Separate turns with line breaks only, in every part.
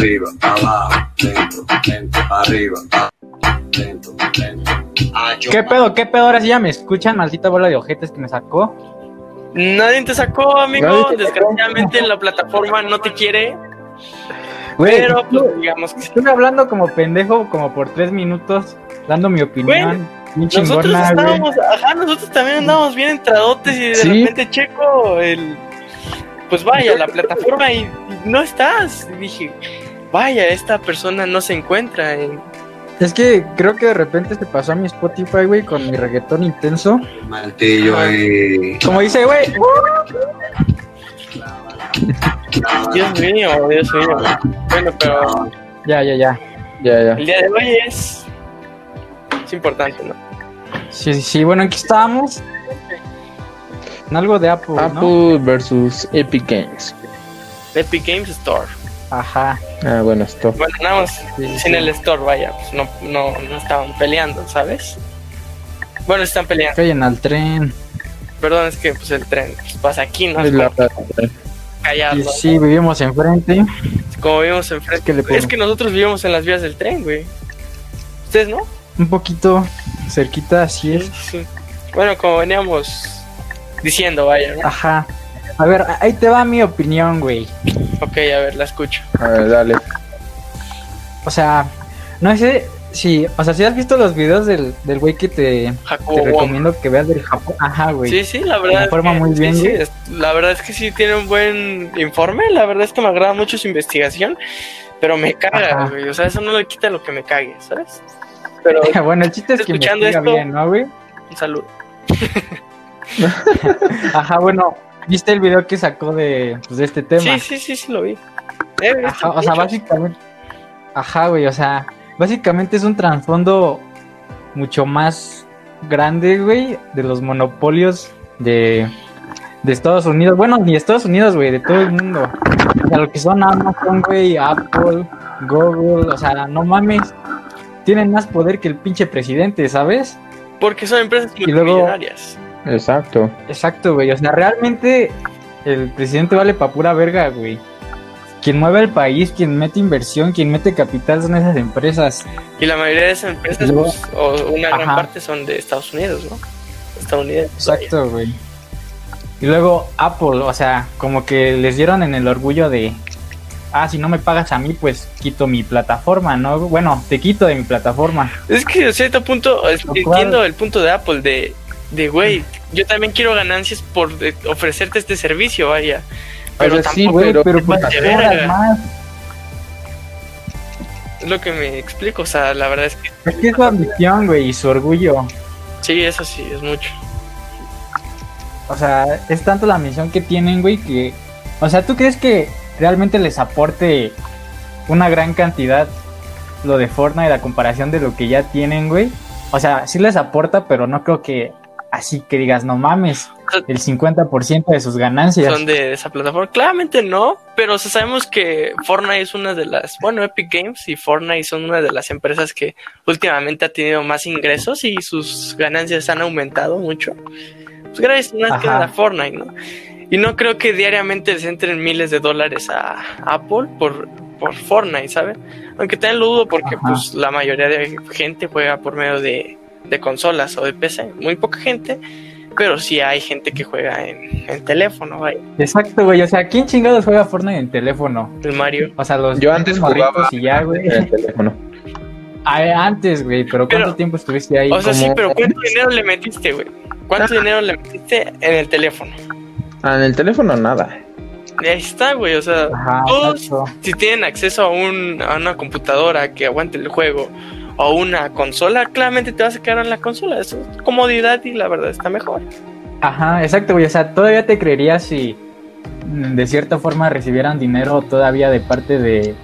arriba, abajo, lento, lento, arriba, abajo, lento, lento. Ah, yo-
¿Qué pedo? ¿Qué pedo? Ahora sí ya me escuchan, maldita bola de ojetes que me sacó.
Nadie te sacó, amigo.
Nadie te sacó.
Desgraciadamente la plataforma no te quiere,
Güey,
pero
tú-
pues, digamos que
estuve hablando como pendejo como por tres minutos, dando mi opinión. Bien
nosotros
chingona, güey.
estábamos, ajá, nosotros también andábamos bien entradotes y de
Sí.
repente checo el pues vaya, la plataforma y no estás. Y dije, vaya, esta persona no se encuentra eh. en
Es que creo que de repente se pasó a mi Spotify, güey, con mi reggaetón intenso.
Martillo
Ajá.
ahí.
Como dice, güey,
Dios mío, Dios mío. Bueno, pero
ya, ya, ya.
Ya, ya.
el día de hoy es es importante, ¿no?
Sí, sí, sí, bueno, aquí estábamos. En algo de Apple, ¿no?
Apple versus Epic Games.
Epic Games Store.
Ajá.
Ah, bueno, esto.
Bueno, nada más
sí, sí,
sin
sí.
el store, vaya, pues no, no, no estaban peleando, ¿sabes? Bueno, están peleando,
Caigan al tren.
perdón, es que pues el tren pues, pasa aquí, ¿no?
Es la-
Sí,
Callado.
sí, vivimos enfrente.
Como vimos enfrente.
Es que le
Es
pongo
que nosotros vivimos en las vías del tren, güey. ¿Ustedes no?
un poquito cerquita, así es.
Sí. Bueno, como veníamos diciendo, vaya, ¿no?
Ajá. A ver, ahí te va mi opinión, güey.
Ok, a ver, la escucho.
A ver, dale.
O sea, no sé si, o sea, si has visto los videos del del güey que te, te
Jacobo Wong.
recomiendo que veas del Japón. Ajá, güey.
Oh, Sí, sí, la verdad. es
informa
que-
muy
sí,
bien,
sí,
güey.
es- la verdad es que sí tiene un buen informe. La verdad es que me agrada mucho su investigación. Pero me caga,
Ajá.
güey. O sea, eso no le quita lo que me cague, ¿sabes? Pero
bueno, el chiste es que
Escuchando
investiga
esto.
bien, ¿no, güey?
un saludo.
Ajá, bueno, ¿viste el video que sacó de, pues, de este tema?
Sí, sí, sí, sí, lo vi. Eh,
Ajá, o sea,
muchos.
básicamente. Ajá, güey, o sea, básicamente es un trasfondo mucho más grande, güey, de los monopolios de, de Estados Unidos. Bueno, ni Estados Unidos, güey, de todo el mundo. O sea, lo que son Amazon, güey, Apple, Google, o sea, no mames. Tienen más poder que el pinche presidente, ¿sabes?
Porque son empresas
Y luego-
multimillonarias.
Exacto.
Exacto, güey. O sea, realmente el presidente vale pa' pura verga, güey. Quien mueve el país, quien mete inversión, quien mete capital son esas empresas.
Y la mayoría de esas empresas,
Y luego-
pues, o una gran
Ajá.
parte son de Estados Unidos, ¿no? Estadounidenses.
Exacto, güey. Y luego Apple, o sea, como que les dieron en el orgullo de, ah, si no me pagas a mí, pues quito mi plataforma, ¿no? Bueno, te quito de mi plataforma.
Es que a cierto punto es-
Lo cual-
entiendo el punto de Apple de, de güey, yo también quiero ganancias por eh, ofrecerte este servicio, vaya. Pero
sea, sí,
tampoco
güey,
Güey,
pero
pero pues
vale
te cobras
verga.
más.
es lo que me explico, o sea, la verdad es que
Es que es su ambición, güey, y su orgullo.
sí, eso sí, es mucho.
O sea, es tanto la misión que tienen, güey, que... O sea, ¿tú crees que realmente les aporte una gran cantidad lo de Fortnite a comparación de lo que ya tienen, güey? O sea, sí les aporta, pero no creo que así que digas, no mames, el 50% de sus ganancias.
Son de esa plataforma. Claramente no, pero o sea, sabemos que Fortnite es una de las, bueno, Epic Games y Fortnite son una de las empresas que últimamente ha tenido más ingresos y sus ganancias han aumentado mucho. Pues gracias más que
Ajá.
nada a Fortnite, ¿no? Y no creo que diariamente les entren miles de dólares a Apple por, por Fortnite, ¿sabes? Aunque también lo dudo porque
Ajá.
pues la mayoría de gente juega por medio de, de consolas o de PC, muy poca gente, pero sí hay gente que juega en, en teléfono, vaya.
Exacto, güey. O sea, ¿quién chingados juega Fortnite en teléfono?
El Mario.
O sea, los
Yo antes
morritos
jugaba
y ya, güey.
En el teléfono.
Ay, Antes, güey, pero ¿cuánto
Pero-
tiempo estuviste ahí?
O sea, sí,
como-
pero ¿cuánto dinero le metiste, güey? ¿Cuánto dinero le metiste en el teléfono?
Ah, en el teléfono nada.
Y Ahí está, güey. O sea,
Ajá,
todos-
exacto.
si tienen acceso a, un, a una computadora que aguante el juego o a una consola, claramente te vas a quedar en la consola. Eso es comodidad y la verdad está mejor.
Ajá, exacto, güey. O sea, todavía te creerías si mm, de cierta forma recibieran dinero todavía de parte de,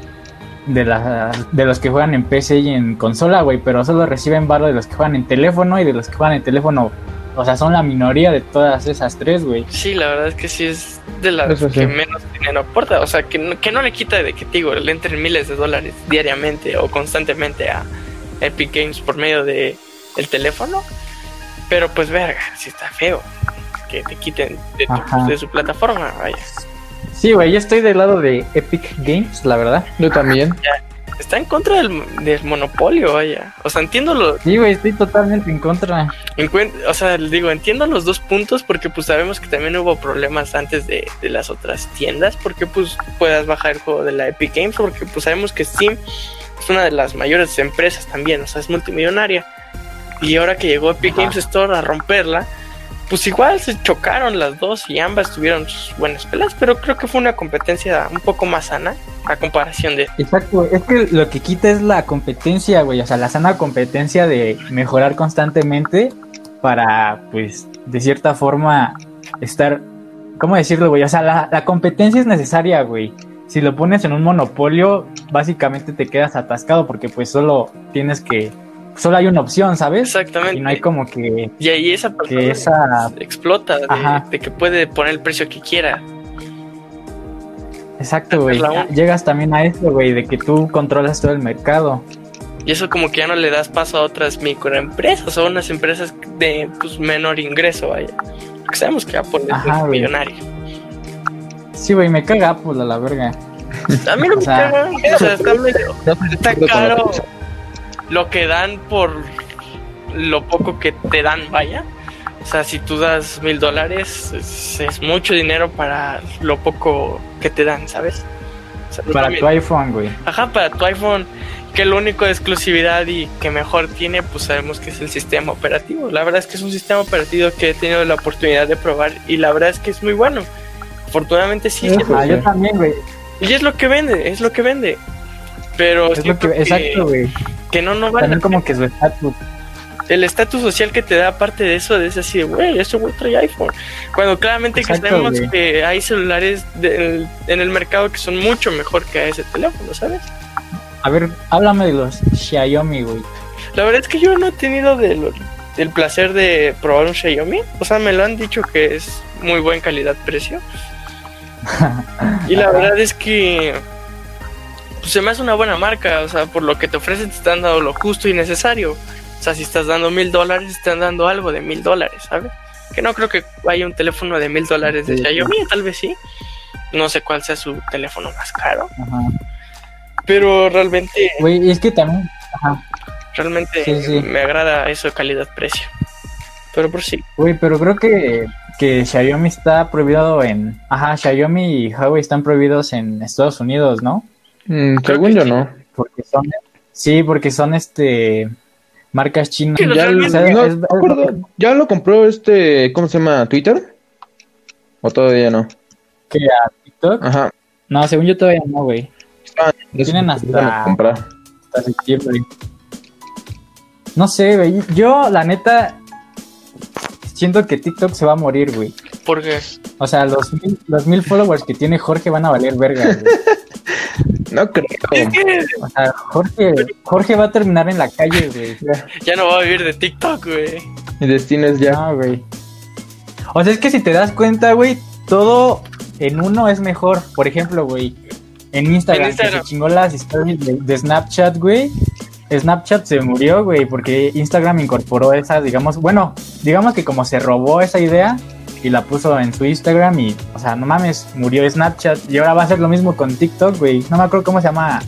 de, la- de los que juegan en PC y en consola, güey. Pero solo reciben barro de los que juegan en teléfono y de los que juegan en teléfono. O sea, son la minoría de todas esas tres, güey.
Sí, la verdad es que sí es de las
Eso sí.
que menos dinero aporta. O sea, que no, que no le quita de que, te digo, le entren miles de dólares diariamente o constantemente a Epic Games por medio de el teléfono. Pero pues, verga, si está feo que te quiten de, tu-
Ajá.
de su plataforma, vaya.
Sí, güey, yo estoy del lado de Epic Games, la verdad.
Yo también.
Está en contra del, del monopolio, vaya. O sea, entiendo lo,
Sí, güey, estoy totalmente en contra.
encuen- o sea, le digo, entiendo los dos puntos porque pues sabemos que también hubo problemas antes de, de las otras tiendas porque pues puedas bajar el juego de la Epic Games porque pues sabemos que Steam es una de las mayores empresas también, o sea, es multimillonaria. Y ahora que llegó Epic
Ajá.
Games Store a romperla, pues igual se chocaron las dos y ambas tuvieron sus buenas pelas, pero creo que fue una competencia un poco más sana a comparación de
Exacto, es que lo que quita es la competencia, güey, o sea, la sana competencia de mejorar constantemente para, pues, de cierta forma, estar, ¿cómo decirlo, güey? O sea, la, la competencia es necesaria, güey. Si lo pones en un monopolio, básicamente te quedas atascado porque pues solo tienes que, solo hay una opción, ¿sabes?
exactamente.
Y no hay como que,
Y ahí esa persona
que esa,
explota de,
Ajá.
de que puede poner el precio que quiera.
exacto, güey.
la un-
Llegas también a eso, güey, de que tú controlas todo el mercado.
Y eso como que ya no le das paso a otras microempresas o unas empresas de pues, menor ingreso, vaya. Porque sabemos que Apple es
Ajá, güey.
millonario.
Sí, güey, me caga Apple a la verga.
A mí no
O
me
sea,
caga, o sea, está medio- está
Con la
caro
cosa.
lo que dan por lo poco que te dan, vaya. O sea, si tú das mil dólares, es, es mucho dinero para lo poco que te dan, ¿sabes? O sea, yo
Para
también-
tu iPhone, güey.
Ajá, para tu iPhone, que lo único de exclusividad y que mejor tiene, pues sabemos que es el sistema operativo. La verdad es que es un sistema operativo que he tenido la oportunidad de probar y la verdad es que es muy bueno. Afortunadamente sí,
Ujú.
Ah,
Sí.
yo también, güey.
y es lo que vende, es lo que vende. Pero
Es lo pues, que, eh,
siento que,
exacto, güey.
que no, no vale.
También como que su estatus.
El estatus social que te da aparte de eso, de es así de, güey, eso güey trae iPhone. Cuando claramente que
Exacto,
sabemos
güey.
que hay celulares de- en el mercado que son mucho mejor que ese teléfono, ¿sabes?
A ver, háblame de los Xiaomi, güey.
La verdad es que yo no he tenido del, del placer de probar un Xiaomi. O sea, me lo han dicho que es muy buena calidad-precio. y la
Ajá.
verdad es que pues, se me hace una buena marca. O sea, por lo que te ofrecen te están dando lo justo y necesario. O sea, si estás dando mil dólares, te están dando algo de mil dólares, ¿sabes? Que no creo que haya un teléfono de mil dólares de
Sí, sí.
Xiaomi, tal vez sí. No sé cuál sea su teléfono más caro.
Ajá.
Pero realmente,
Güey, y es que también. Ajá.
realmente
Sí, sí.
me agrada eso, calidad-precio. Pero por sí.
Güey, pero creo que, que Xiaomi está prohibido en. Ajá, Xiaomi y Huawei están prohibidos en Estados Unidos, ¿no?
Mm, según yo no.
Porque son. Sí, porque son este. Marcas chinas.
Sí, Pero
Ya,
realmente-
no, me acuerdo. ¿Ya lo compró este, ¿cómo se llama? ¿Twitter? ¿O todavía no?
que a TikTok.
Ajá.
No, según yo todavía no, güey.
Ah,
Tienen
eso lo
hasta-
comprar.
hasta septiembre. No sé, güey. Yo, la neta, siento que TikTok se va a morir, güey.
Porque
O sea, los mil, los mil followers que tiene Jorge van a valer verga, güey.
No creo.
es que
O sea, Jorge, Jorge va a terminar en la calle, güey.
ya no va a vivir de TikTok, güey.
Mi destino es ya.
No, güey. O sea, es que si te das cuenta, güey, todo en uno es mejor. Por ejemplo, güey, en Instagram,
En Instagram.
que se chingó las historias de, de Snapchat, güey. Snapchat se murió, güey, porque Instagram incorporó esa, digamos, bueno, digamos que como se robó esa idea y la puso en su Instagram y, o sea, no mames, murió Snapchat y ahora va a ser lo mismo con TikTok, güey. No me aacuerdo cómo se llama,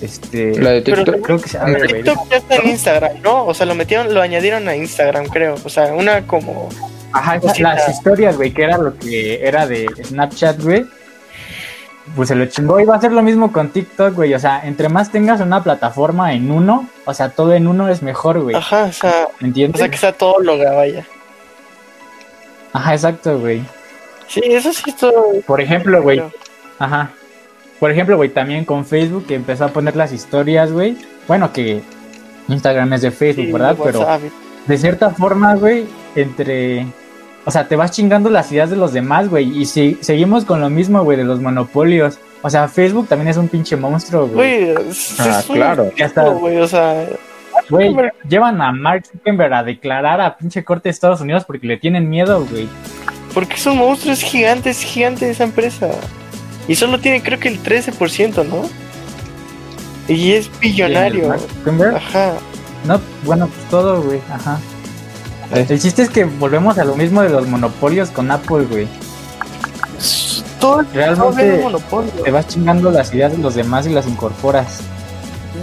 este,
La de
Pero-
TikTok.
creo que se a ver, güey,
TikTok ya está en Instagram, ¿no? O sea, lo metieron, lo añadieron a Instagram, creo. O sea, una como.
Ajá, esa-
Cosita.
las historias, güey, que era lo que era de Snapchat, güey. Pues se lo chingó y va a ser lo mismo con TikTok, güey. O sea, entre más tengas una plataforma en uno, o sea, todo en uno es mejor, güey.
Ajá, o sea,
¿Me
o sea
entiendes?
que está todo logrado, vaya.
Ajá, exacto, güey.
Sí, eso sí es todo.
Por ejemplo, güey. Ajá. Por ejemplo, güey, también con Facebook que empezó a poner las historias, güey. Bueno, que Instagram es de Facebook,
Sí,
¿verdad? Pero
WhatsApp.
de cierta forma, güey, entre... O sea, te vas chingando las ideas de los demás, güey. Y si seguimos con lo mismo, güey, de los monopolios. O sea, Facebook también es un pinche monstruo, güey.
Güey, es,
Ah,
es un-
claro.
Ya está,
güey, o sea,
güey. Llevan a Mark Zuckerberg a declarar a pinche corte de Estados Unidos porque le tienen miedo, güey.
porque es un monstruo, es gigante, es gigante esa empresa. Y solo tiene, creo que el 13%, ¿no? Y es billonario.
Mark Zuckerberg.
Ajá.
No, bueno, pues todo, güey. Ajá.
Eh.
El chiste es que volvemos a lo mismo de los monopolios con Apple, güey.
todo el
Realmente-
todo viene un monopolio.
Te vas chingando las ideas de los demás y las incorporas.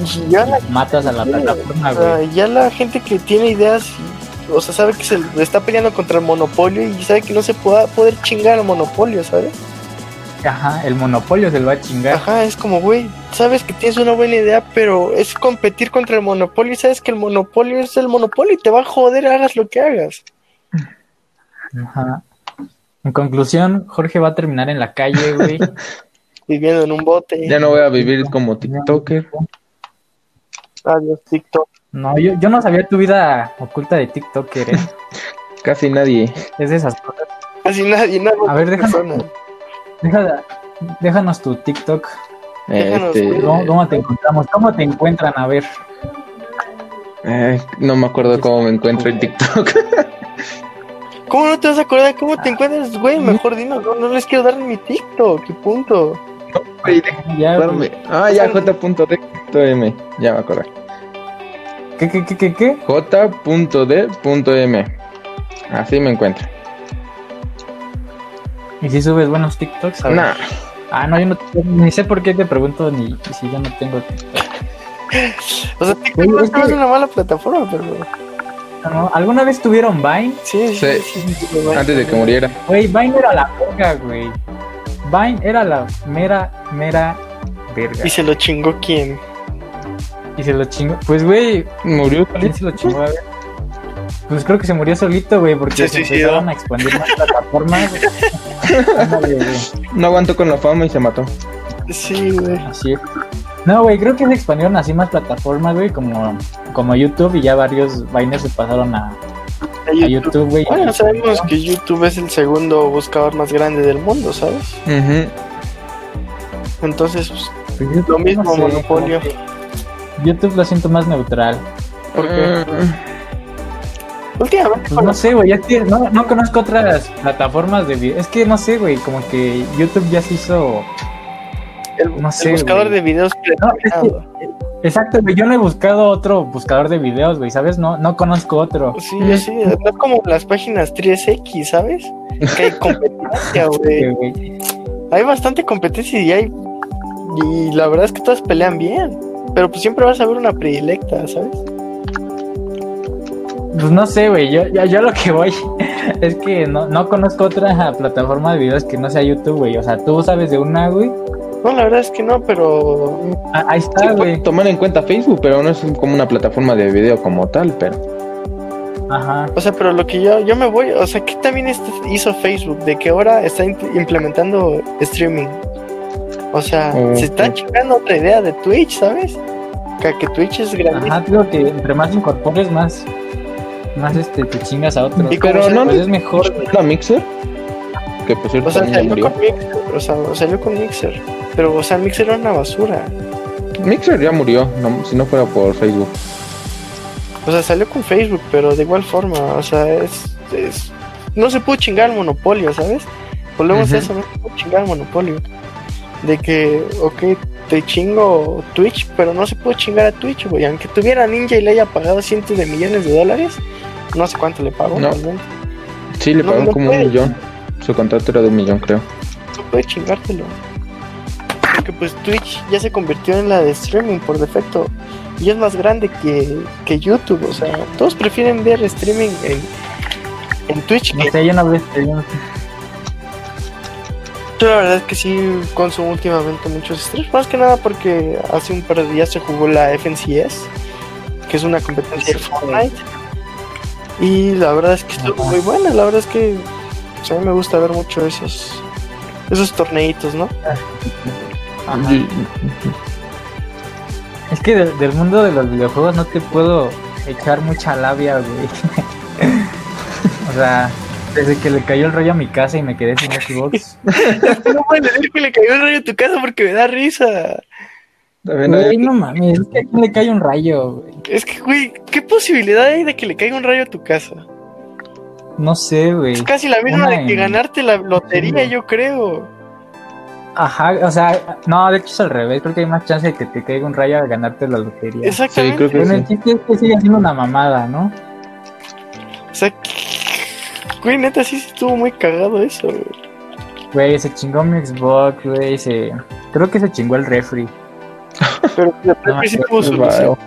Y Ya la,
Matas a la plataforma,
o sea,
Ah, güey.
ya la gente que tiene ideas, o sea, sabe que se está peleando contra el monopolio y sabe que no se pueda poder chingar al monopolio, ¿sabes?
Ajá, el monopolio se lo va a chingar.
Ajá, es como, güey, sabes que tienes una buena idea, pero es competir contra el monopolio y sabes que el monopolio es el monopolio y te va a joder, hagas lo que hagas.
Ajá. En conclusión, Jorge va a terminar en la calle, güey.
Viviendo en un bote.
Ya no voy a vivir como TikToker.
Adiós, TikTok.
No, yo, yo no sabía tu vida oculta de TikToker, ¿eh?
Casi nadie.
Es de esas cosas.
Casi nadie, nada.
A ver, déjame-
persona.
Deja- déjanos tu TikTok.
Déjanos,
Este,
güey.
¿Cómo, cómo te encontramos? ¿Cómo te encuentran? A ver.
eh, no me acuerdo cómo me encuentro en TikTok.
¿Cómo no te vas a acordar cómo te encuentras, güey? Mejor dinos, no, no les quiero dar mi TikTok, qué punto.
Ya, güey.
Darme- Ah, ya, j.d.m. Ya me acordé.
¿Qué, qué, qué, qué, qué?
j.d.m. Así me encuentro.
¿Y si subes buenos TikToks? A ver.
Nah,
Ah, no, yo no ni sé por qué te pregunto ni si yo no tengo TikTok.
O sea, TikTok
Oye,
no
es
es, que...
que-
es una mala plataforma, pero
No, ¿Alguna vez tuvieron Vine?
sí, sí,
Sí.
sí, sí, sí,
antes de que muriera.
Güey, Vine era la verga, güey. Vine era la mera, mera verga.
Y se lo chingó quién.
Y se lo chingó. Pues, güey,
Murió.
¿quién se lo chingó? A ver. Pues creo que se murió solito, güey, porque
Se
se
suicidó.
empezaron a expandir más plataformas. Ándale, güey.
No aguantó con la fama y se mató.
Sí, güey.
Así es. No, güey, creo que se expandieron así más plataformas, güey, como, como YouTube y ya varios vainas se pasaron a,
A
a
YouTube.
YouTube, güey.
Bueno, sabemos que YouTube es el segundo buscador más grande del mundo, ¿sabes?
Ujú.
Entonces, pues,
Pues yo
Lo mismo,
como
monopolio.
que YouTube lo siento más neutral.
¿por qué?
Mm,
Últimamente,
Pues no sé, güey, ya tiene- no, no conozco otras plataformas de video. Es que no sé, güey, como que YouTube ya se hizo...
el,
no
el
sé,
buscador
güey.
de videos
No, es que-
predeterminado.
Exacto, güey, yo no he buscado otro buscador de videos, güey, ¿sabes? No, no conozco otro.
Sí, yo sí, no es como las páginas 3X, ¿sabes? Que hay competencia, güey.
güey.
Hay bastante competencia y hay. Y la verdad es que todas pelean bien. Pero pues siempre vas a ver una predilecta, ¿sabes?
Pues no sé, güey, yo, yo, yo lo que voy es que no, no conozco otra plataforma de videos que no sea YouTube, güey. O sea, tú sabes de una, güey.
No, la verdad es que no, pero.
Ah, ahí
Sí,
está,
puede
güey.
tomar en cuenta Facebook, pero no es como una plataforma de video como tal, pero.
Ajá.
O sea, pero lo que yo, yo me voy. O sea, que también este- hizo Facebook? De que ahora está in- implementando streaming. O sea,
Mm,
se está
mm.
chingando otra idea de Twitch, ¿sabes? Que, que Twitch es grandísimo.
Ajá, creo que entre más incorpores, más, más este, te chingas a otro.
Y como
Pero
sea,
no,
pues,
es mejor.
La Mixer, que por cierto
O sea,
también ya
salió
murió.
con Mixer, o sea, salió con Mixer. Pero, o sea, Mixer era una basura.
Mixer ya murió, no- si no fuera por Facebook.
O sea, salió con Facebook, pero de igual forma, o sea, es. es- no se pudo chingar el monopolio, ¿sabes? Volvemos a
Ujú.
eso, no se pudo chingar el monopolio. De que, ok, te chingo Twitch, pero no se pudo chingar a Twitch, güey. Aunque tuviera Ninja y le haya pagado cientos de millones de dólares, no sé cuánto le pagó,
No.
realmente.
Sí, le
No,
pagaron
no
como
puede.
un millón. Su contrato era de un millón, creo.
No puede chingártelo. Porque pues Twitch ya se convirtió en la de streaming por defecto. Y es más grande que, que YouTube. O sea, todos prefieren ver streaming en, en Twitch.
No
Que
sé, yo no veo este, yo no-
yo la verdad es que sí consumo últimamente muchos streams. Más que nada porque hace un par de días se jugó la FNCS. Que es una competencia de Fortnite. Y la verdad es que estuvo
Ajá.
muy buena. La verdad es que o sea, a mí me gusta ver mucho esos, esos torneitos, ¿no?
Ajá. Es que de- del mundo de los videojuegos no te puedo echar mucha labia, güey. o sea, desde que le cayó el rollo a mi casa y me quedé sin Xbox.
No puedes decir que le cayó un rayo a tu casa porque me da risa.
También
Güey,
hay-
no mames, es que a quién le cae un rayo, güey.
Es que, güey, ¿qué posibilidad hay de que le caiga un rayo a tu casa?
No sé, güey.
Es casi la misma
Una
de que
en-
ganarte la lotería,
Sí.
yo creo.
Ajá, o sea, no, de hecho es al revés. Creo que hay más chance de que te caiga un rayo al ganarte la lotería.
Sí,
Exactamente.
creo que
Bueno, el
sí.
chiste es que sigue siendo una mamada, ¿no?
O sea, que- güey, neta, sí estuvo muy cagado eso, güey.
Güey, se chingó mi Xbox, güey. Se... Creo que se chingó el refri.
Pero
No,
sí
Pues,
tuvo su
Wow.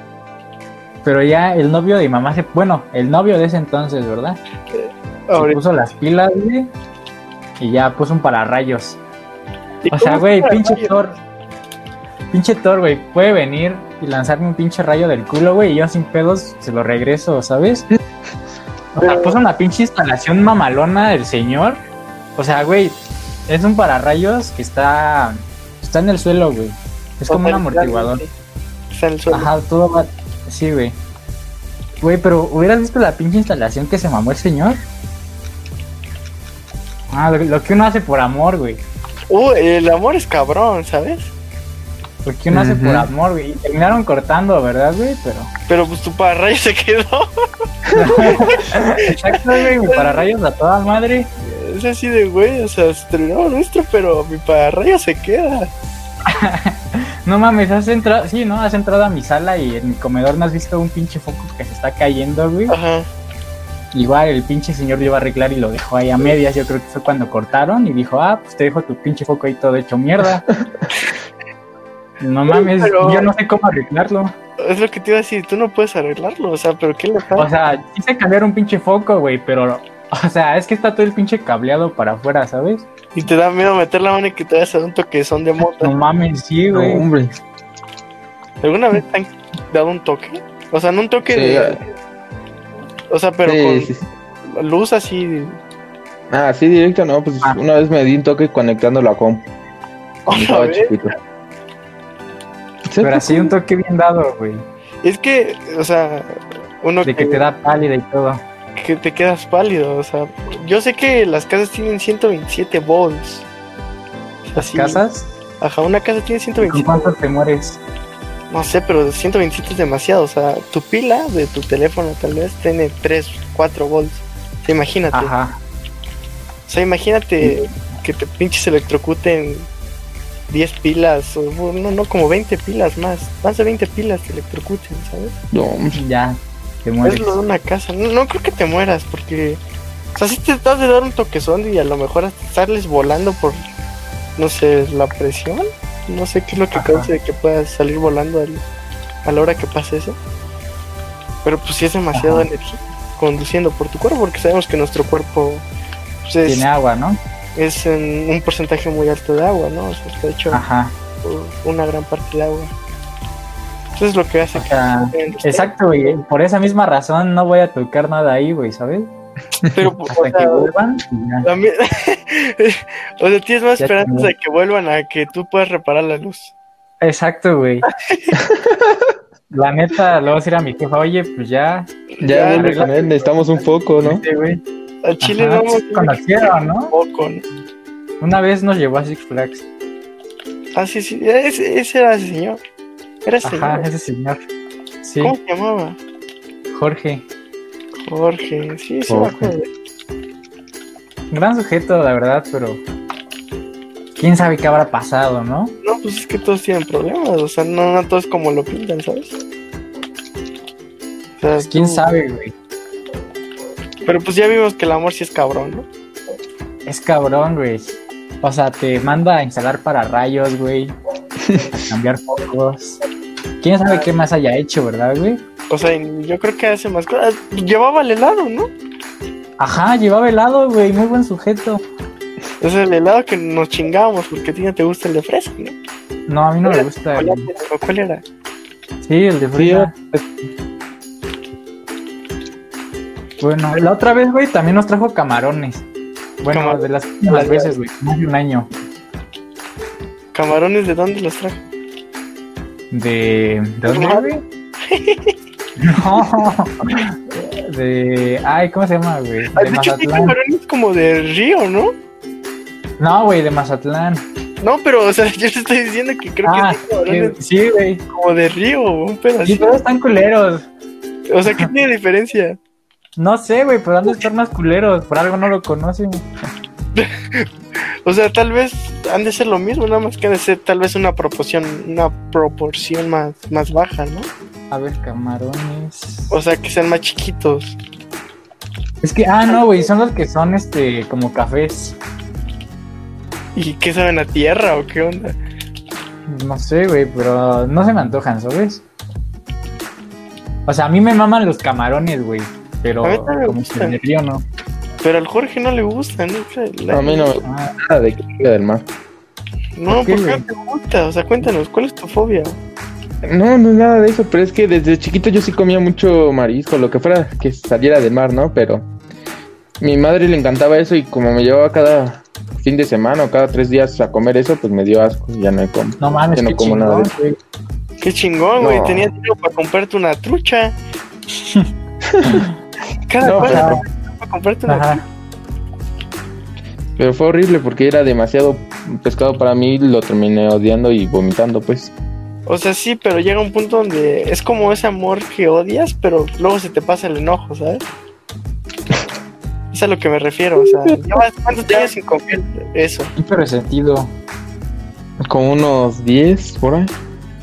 Pero ya el novio de mi mamá se. Bueno, el novio de ese entonces, ¿verdad? Se
ahorita.
puso las pilas, güey. Y ya puso un pararrayos.
¿Y
O sea,
cómo
güey,
está,
pinche Thor. Pinche Thor, güey, puede venir y lanzarme un pinche rayo del culo, güey, y yo sin pedos se lo regreso, ¿sabes? O sea, puso una pinche instalación mamalona del señor. O sea, güey, es un pararrayos que está está en el suelo, güey. Es como un amortiguador.
Está en el suelo.
Ajá, todo va... Sí, güey. Güey, pero ¿hubieras visto la pinche instalación que se mamó el señor? Ah, lo, lo que uno hace por amor, güey.
Uh, el amor es cabrón, ¿sabes?
Porque uno hace por
Ujú.
amor, güey. Y terminaron cortando, ¿verdad, güey? Pero.
Pero pues tu parrayo se quedó.
Exacto, güey. mi Pararrayos a toda madre.
Es así de güey, o sea, se terminó lo nuestro, pero mi parrayo se queda.
No mames, has entrado. Sí, ¿no? Has entrado a mi sala y en mi comedor no has visto un pinche foco que se está cayendo, güey.
Ajá.
Igual el pinche señor lo iba a arreglar y lo dejó ahí a medias. Yo creo que fue cuando cortaron y dijo, ah, pues te dejo tu pinche foco ahí todo hecho mierda. No mames,
pero-
yo no sé cómo arreglarlo.
Es lo que te iba a decir, tú no puedes arreglarlo, o sea, pero ¿qué le
O
pasa?
sea, quise cambiar un pinche foco, güey, pero. O sea, es que está todo el pinche cableado para afuera, ¿sabes?
Y te da miedo meter la mano y que te vayas a dar un toquezón de mota.
No mames, sí,
No,
güey.
hombre.
¿Alguna vez te han dado un toque? O sea, no un toque
Sí, ah,
de. O sea, pero
Sí,
con
sí, sí.
luz así.
Ah, sí, directo, no. Pues
Ah.
una vez me di un toque conectando la compu.
Otra
cuando Estaba
vez.
chiquito. pues,
Pero así un toque bien dado, güey.
Es que, o sea, uno
De que te da pálida y todo.
que te quedas pálido. O sea, yo sé que las casas tienen 127 volts.
Las
Así.
casas,
Ajá, una casa tiene
¿con
127.
cuántos te mueres?
No sé, pero 127 es demasiado. O sea, tu pila de tu teléfono tal vez tiene 3, 4 volts. O sea, imagínate.
Ajá.
O sea, imagínate que te pinches electrocuten 10 pilas, o no, no, como 20 pilas más. Más de 20 pilas te electrocuten, ¿sabes?
No, hombre.
Ya, te
Es
mueres.
lo de una casa. No, no creo que te mueras, porque. O sea, si te estás de dar un toquezón y a lo mejor hasta estarles volando por, no sé, la presión. No sé qué es lo que
Ajá.
cause de que puedas salir volando al- a la hora que pase eso. Pero pues sí es demasiada
Ajá.
energía conduciendo por tu cuerpo, porque sabemos que nuestro cuerpo pues, es,
Tiene agua, ¿no?
es en un porcentaje muy alto de agua, ¿no? O sea, está hecho
Ajá.
por una gran parte de agua. Entonces lo que hace
O sea,
que...
exacto, güey. Por esa misma razón no voy a tocar nada ahí, güey, ¿sabes?
Pero, pues, o
Hasta que
sea,
vuelvan y ya.
También- o sea, tienes más
Ya
esperanza
terminé.
de que vuelvan a que tú puedas reparar la luz.
Exacto, güey. La neta, luego decir a mi jefa, oye, pues ya,
Ya,
Ya,
vuelve con él, necesitamos un foco, ¿no?
vete, güey.
Al Chile
Ajá,
no vamos
cuando
a
quiera, ¿no?
poco, ¿no?
Una vez nos llevó a Six Flags.
Ah, sí, sí. Ese, ese era ese señor. Era ese
Ajá,
señor.
ese señor. Sí,
¿Cómo se llamaba?
Jorge.
Jorge. Sí, sí, me
Jorge.
acuerdo.
Gran sujeto, la verdad, pero. Quién sabe qué habrá pasado, ¿no?
No, pues es que todos tienen problemas. O sea, no, no todos como lo pintan, ¿sabes? O sea,
Pues quién
tú-
sabe, güey.
Pero pues ya vimos que el amor sí es cabrón, ¿no?
Es cabrón, güey. O sea, te manda a instalar para rayos, güey. A cambiar focos. Quién sabe qué más haya hecho, ¿verdad, güey?
O sea, y yo creo que hace más cosas. Llevaba el helado, ¿no?
Ajá, llevaba helado, güey. Muy buen sujeto.
Es el helado que nos chingamos porque a ti no te gusta el de fresa, ¿no?
No, a mí no me gusta.
¿Cuál
güey.
era? ¿Cuál era?
Sí, el de frío. Bueno, la otra vez, güey, también nos trajo camarones. Bueno,
Camar-
de las últimas veces, güey. Más de un año.
¿Camarones de dónde los trajo?
De. ¿De dónde,
Ajá.
güey? No. De. Ay, ¿cómo se llama, güey?
Ah,
De
De, hecho, hay
Mazatlán.
camarones como de río, ¿no?
No, güey, de Mazatlán.
No, pero, o sea, yo te estoy diciendo que creo
Ah,
que son camarones
que- sí, güey.
como de río, un
Sí,
pedacito.
todos están culeros.
O sea, ¿qué tiene diferencia?
No sé, güey, pero han de estar más culeros. Por algo no lo conocen.
O sea, tal vez han de ser lo mismo, nada más que han de ser tal vez una proporción, una proporción más, más baja, ¿no?
A ver, camarones.
O sea, que sean más chiquitos.
Es que, ah, no, güey, son los que son, este, como cafés.
¿Y qué saben a tierra o qué onda?
No sé, güey, pero no se me antojan, ¿sabes? O sea, a mí me maman los camarones, güey. Pero
A mí también me
como que
gustan.
en el río no.
Pero al Jorge no le gusta, ¿no?
A mí no me gusta
Ah,
nada de que salga del mar.
No,
¿Por qué,
¿por qué
güey?
no te gusta? O sea, cuéntanos, ¿cuál es tu fobia?
No, no es nada de eso, pero es que desde chiquito yo sí comía mucho marisco, lo que fuera que saliera del mar, ¿no? Pero mi madre le encantaba eso y como me llevaba cada fin de semana o cada tres días a comer eso, pues me dio asco, ya no como.
no mames,
Yo no
qué
como nada
chingón,
de
güey.
Qué chingón, güey.
No.
Tenías dinero para comprarte una trucha. Cada
No,
cosa
pero-
para comprarte una
Ajá.
Pero fue horrible porque era demasiado pescado para mí, lo terminé odiando y vomitando, pues.
O sea, sí, pero llega un punto donde es como ese amor que odias, pero luego se te pasa el enojo, ¿sabes? Es a lo que me refiero, o sea, llevas cuánto tenías sin comer eso.
Qué resentido.
Como unos 10 por ahí.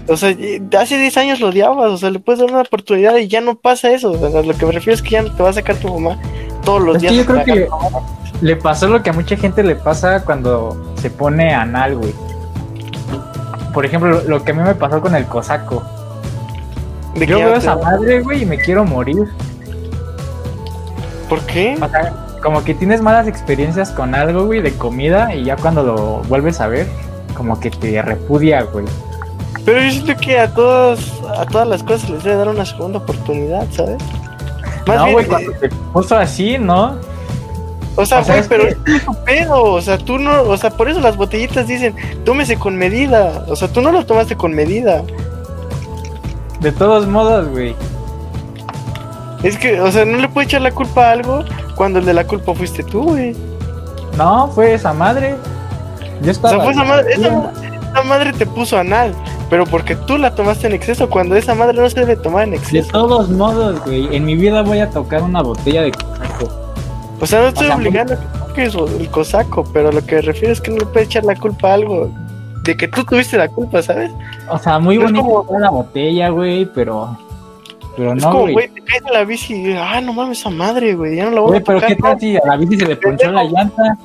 O sea, y- hace 10 años lo odiabas, o sea, le puedes dar una oportunidad y ya no pasa eso. O sea, lo que me refiero es que ya no te va a sacar tu mamá todos los
Es
días.
que yo creo
para
que
agarrar-
le pasó lo que a mucha gente le pasa cuando se pone anal, güey. Por ejemplo, lo- lo que a mí me pasó con el cosaco.
de que
Yo
ya
veo
no te-
esa madre, güey, y me quiero morir.
¿Por qué?
O sea, como que tienes malas experiencias con algo, güey, de comida, y ya cuando lo vuelves a ver, como que te repudia, güey.
Pero yo siento que a todos, a todas las cosas les debe dar una segunda oportunidad, ¿sabes? Más
no,
bien, eh,
güey, cuando te puso así, ¿no?
O sea,
O sea,
güey,
es
pero
que-
es tu pedo, o sea, tú no, o sea, por eso las botellitas dicen, tómese con medida, o sea, tú no lo tomaste con medida.
De todos modos, güey.
Es que, o sea, no le puedes echar la culpa a algo cuando el de la culpa fuiste tú, güey.
No, fue esa madre. Yo
O
estaba.
sea, fue esa madre, esa,
Yo-
esa madre te puso anal, pero porque tú la tomaste en exceso, cuando esa madre no se debe tomar en
De
exceso.
todos modos, güey. En mi vida voy a tocar una botella de cosaco.
O sea, no estoy
O sea,
obligando a que toques o- el cosaco, pero lo que refiero es que no le puedes echar la culpa a algo de que tú tuviste la culpa, ¿sabes?
O sea, muy
Es
bonita
como-
está la botella, güey, pero. Pero
es
no,
como,
güey.
güey, te caes de la bici y, ah, no mames, esa madre, güey, ya no la voy
Güey,
a
pero
tocar.
qué
¿no?
tal si a la bici se le ponchó la llanta.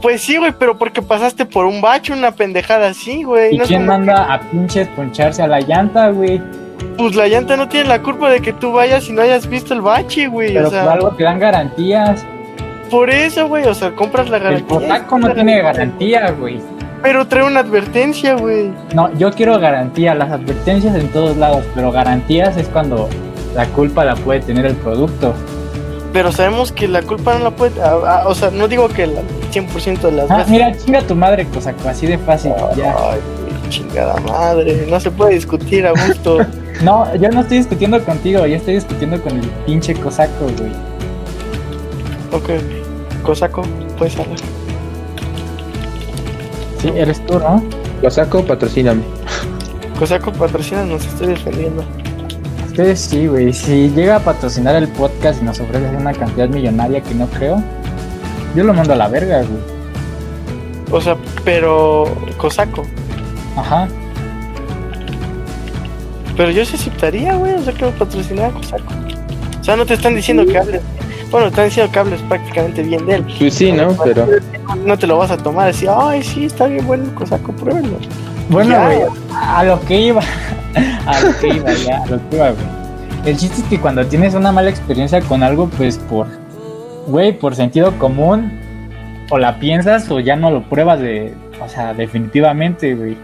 Pues sí, güey, pero porque pasaste por un bache, una pendejada así, güey.
¿Y
No es
quién
como-
manda a pinches poncharse a la llanta, güey?
Pues la llanta no tiene la culpa de que tú vayas y no hayas visto el bache, güey.
Pero
O sea,
por algo te dan garantías.
por eso, güey, o sea, compras la
El
garantía.
cosaco no tiene garantía, güey.
Pero trae una advertencia, güey.
No, yo quiero garantía, las advertencias en todos lados, pero garantías es cuando la culpa la puede tener el producto.
Pero sabemos que la culpa no la puede... a- a- o sea, no digo que el 100% de las
Ah,
veces...
mira, chinga tu madre, cosaco, así de fácil, ya.
Ay, güey, chingada madre. No se puede discutir a gusto.
No, yo no estoy discutiendo contigo, yo estoy discutiendo con el pinche cosaco, güey.
ok. Cosaco, pues, puedes hablar.
Sí, eres tú, ¿no?
Lo saco, patrocíname.
Cosaco, patrocina, nos estoy defendiendo.
Ustedes sí, güey. Si llega a patrocinar el podcast y nos ofrece una cantidad millonaria que no creo, yo lo mando a la verga, güey.
O sea, pero... Cosaco.
Ajá.
Pero yo sí aceptaría, güey. O sea, que me patrocinara Cosaco. O sea, no te están diciendo que hables. Bueno, te están diciendo que hables prácticamente bien de él.
Pues sí, ¿no? Pero
No te lo vas a tomar así, ay, sí, está bien bueno el Cosaco, pruébelo.
Bueno,
Ya.
güey, a lo que iba. A lo que iba, ya, a lo que iba, güey. El chiste es que cuando tienes una mala experiencia con algo, pues por, güey, por sentido común, o la piensas o ya no lo pruebas de, o sea, definitivamente, güey.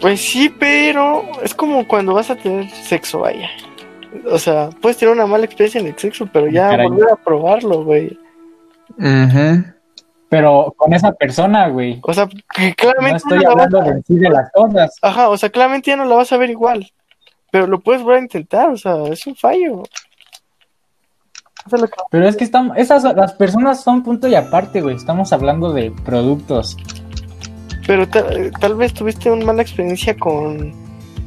Pues sí, pero es como cuando vas a tener sexo, vaya. O sea, puedes tener una mala experiencia en el sexo, pero ya
Caray.
volver a probarlo, güey.
Ujú.
Pero con esa persona, güey.
O sea, que
No
claramente
estoy
no la vas
hablando de en sí de las cosas.
Ajá, o sea, claramente ya no la vas a ver igual. Pero lo puedes volver a intentar, o sea, es un fallo. Eso es lo que-
Pero es que estamos, esas, las personas son punto y aparte, güey. Estamos hablando de productos.
Pero tal, tal vez tuviste una mala experiencia con,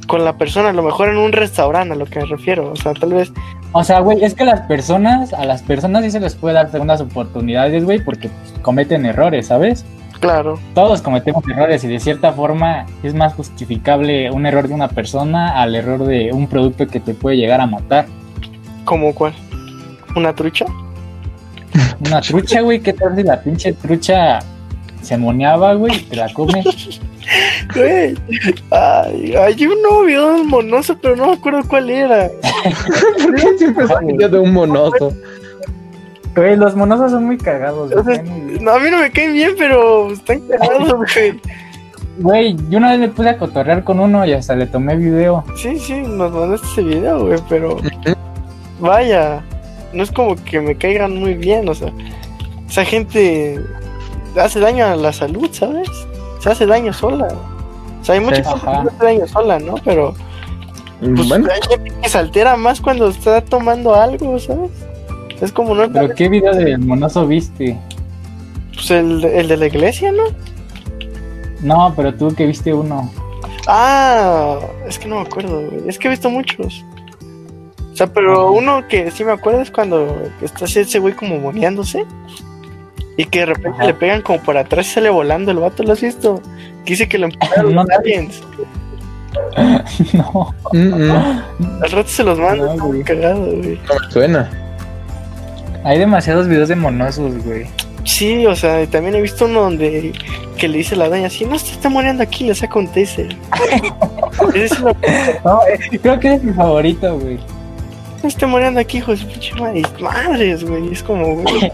con la persona, a lo mejor en un restaurante, a lo que me refiero. O sea, tal vez.
O sea, güey, es que las personas, a las personas sí se les puede dar segundas oportunidades, güey, porque pues, cometen errores, ¿sabes?
Claro,
Todos cometemos errores y de cierta forma es más justificable un error de una persona al error de un producto que te puede llegar a matar.
como cuál? ¿Una trucha?
Una trucha, güey, ¿qué tal si la pinche trucha se moneaba, güey, y te la come.
Güey, ay, hay un novio monoso, pero no me acuerdo cuál era.
¿Por qué siempre está yo de un monoso?
Güey, los monosos son muy cagados,
O sea,
güey. muy-
No, a mí no me caen bien, pero están cagados, güey.
Güey, yo una vez me puse a cotorrear con uno y hasta le tomé video.
Sí, sí, nos mandaste ese video, güey, pero vaya, no es como que me caigan muy bien, o sea, esa gente hace daño a la salud, ¿sabes? Se hace daño sola. O sea, hay mucha gente
ajá.
que se hace daño sola, ¿no? Pero pues,
Bueno,
hay gente que se altera más cuando está tomando algo, ¿sabes? Es como no
Pero qué video del monoso viste.
pues, el, el de la iglesia, ¿no?
No, pero tú que viste uno.
Ah, es que no me acuerdo, güey. Es que he visto muchos. O sea, pero uno que sí me acuerdo es cuando está así ese güey como moneándose. Y que de repente
Ajá.
le pegan como por atrás y sale volando el vato, ¿lo has visto? Que dice que lo empujaron
No,
los
no.
aliens.
no,
mm, mm,
Al rato se los manda,
No,
está
güey.
cagado, güey.
suena.
hay demasiados videos de monosos, güey.
Sí, o sea, y también he visto uno donde que le dice la doña así, no, se está muriendo aquí, le saca un taser. Ese es una
No, eh, creo que es mi favorito, güey.
no esté muriendo aquí, hijo de su pinche madre. Y, Madres, güey, es como, güey.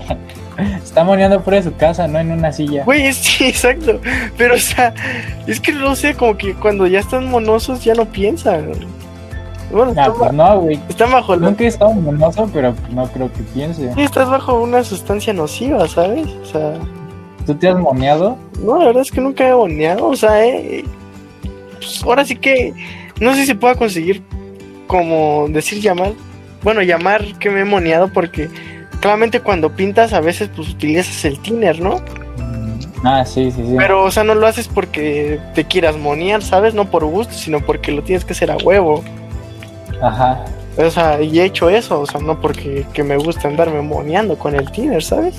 Está moneando fuera de su casa, no en una silla.
Güey, es- sí, exacto. Pero, o sea, es que no sé, como que cuando ya están monosos ya no piensan. Bueno,
Ah,
están
pues
ba-
no, güey.
están bajo la-
Nunca he estado monoso, pero no creo que piense.
sí, Estás bajo una sustancia nociva, ¿sabes? O sea,
¿Tú te has moneado?
no, la verdad es que nunca he boneado. O sea, eh, pues, ahora sí que no sé si pueda conseguir como decir llamar. Bueno, llamar que me he moneado porque claramente cuando pintas a veces pues utilizas el tiner, ¿no?
Mm, Ah, sí, sí, sí.
Pero, o sea, no lo haces porque te quieras monear, ¿sabes? No por gusto, sino porque lo tienes que hacer a huevo.
Ajá.
O sea, y he hecho eso, o sea, no porque que me gusta andarme moneando con el Tinder, ¿sabes?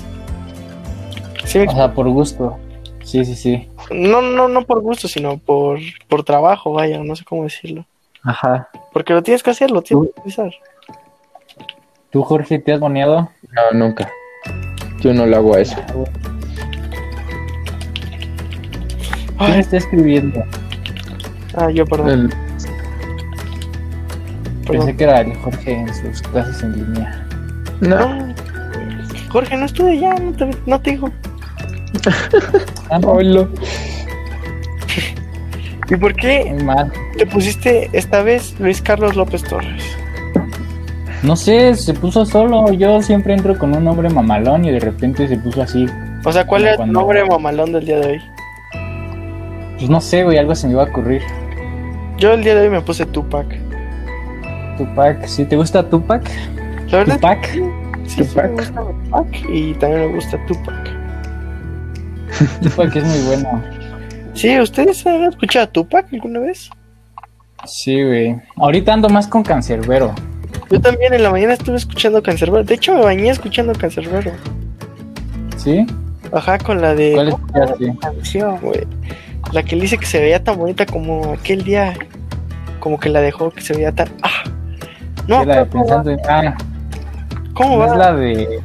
Sí, me-
O sea, por gusto. Sí, sí, sí.
no, no, no por gusto, sino por, por trabajo, vaya, no sé cómo decirlo.
Ajá.
Porque lo tienes que hacer, lo tienes que utilizar.
¿Tú, Jorge, te has moneado?
No, nunca. Yo no lo hago a eso.
¿Quién
Ay,
está escribiendo?
ah, yo, perdón,
El-
Pensé
perdón.
que era el Jorge en sus clases en línea.
no,
No. Ah, Jorge, no estuve ya, no te, no te digo.
Ah, no,
hola.
¿Y por qué
muy mal.
te pusiste esta vez Luis Carlos López Torres?
No sé, se puso solo. Yo siempre entro con un hombre mamalón y de repente se puso así.
O sea, ¿cuál
Como
era tu
cuando-
nombre mamalón del día de hoy?
Pues no sé, güey, algo se me iba a ocurrir.
Yo el día de hoy me puse Tupac.
Tupac, ¿sí te gusta Tupac?
La verdad,
Tupac.
sí, sí me
Tupac.
gusta Tupac y también me gusta Tupac.
Tupac es muy bueno.
Sí, ¿ustedes han escuchado a Tupac alguna vez?
Sí, güey. Ahorita ando más con Cancerbero.
Yo también en la mañana estuve escuchando Cancerbero. De hecho, me bañé escuchando Cancerbero.
¿Sí?
Ajá, con la de.
¿Cuál escuchaste?
canción, güey. La que le dice que se veía tan bonita como aquel día. Como que la dejó que se veía tan. ¡Ah! No,
Es la de
¿cómo va?
pensando en. Ah,
¿cómo
no
va?
es la de.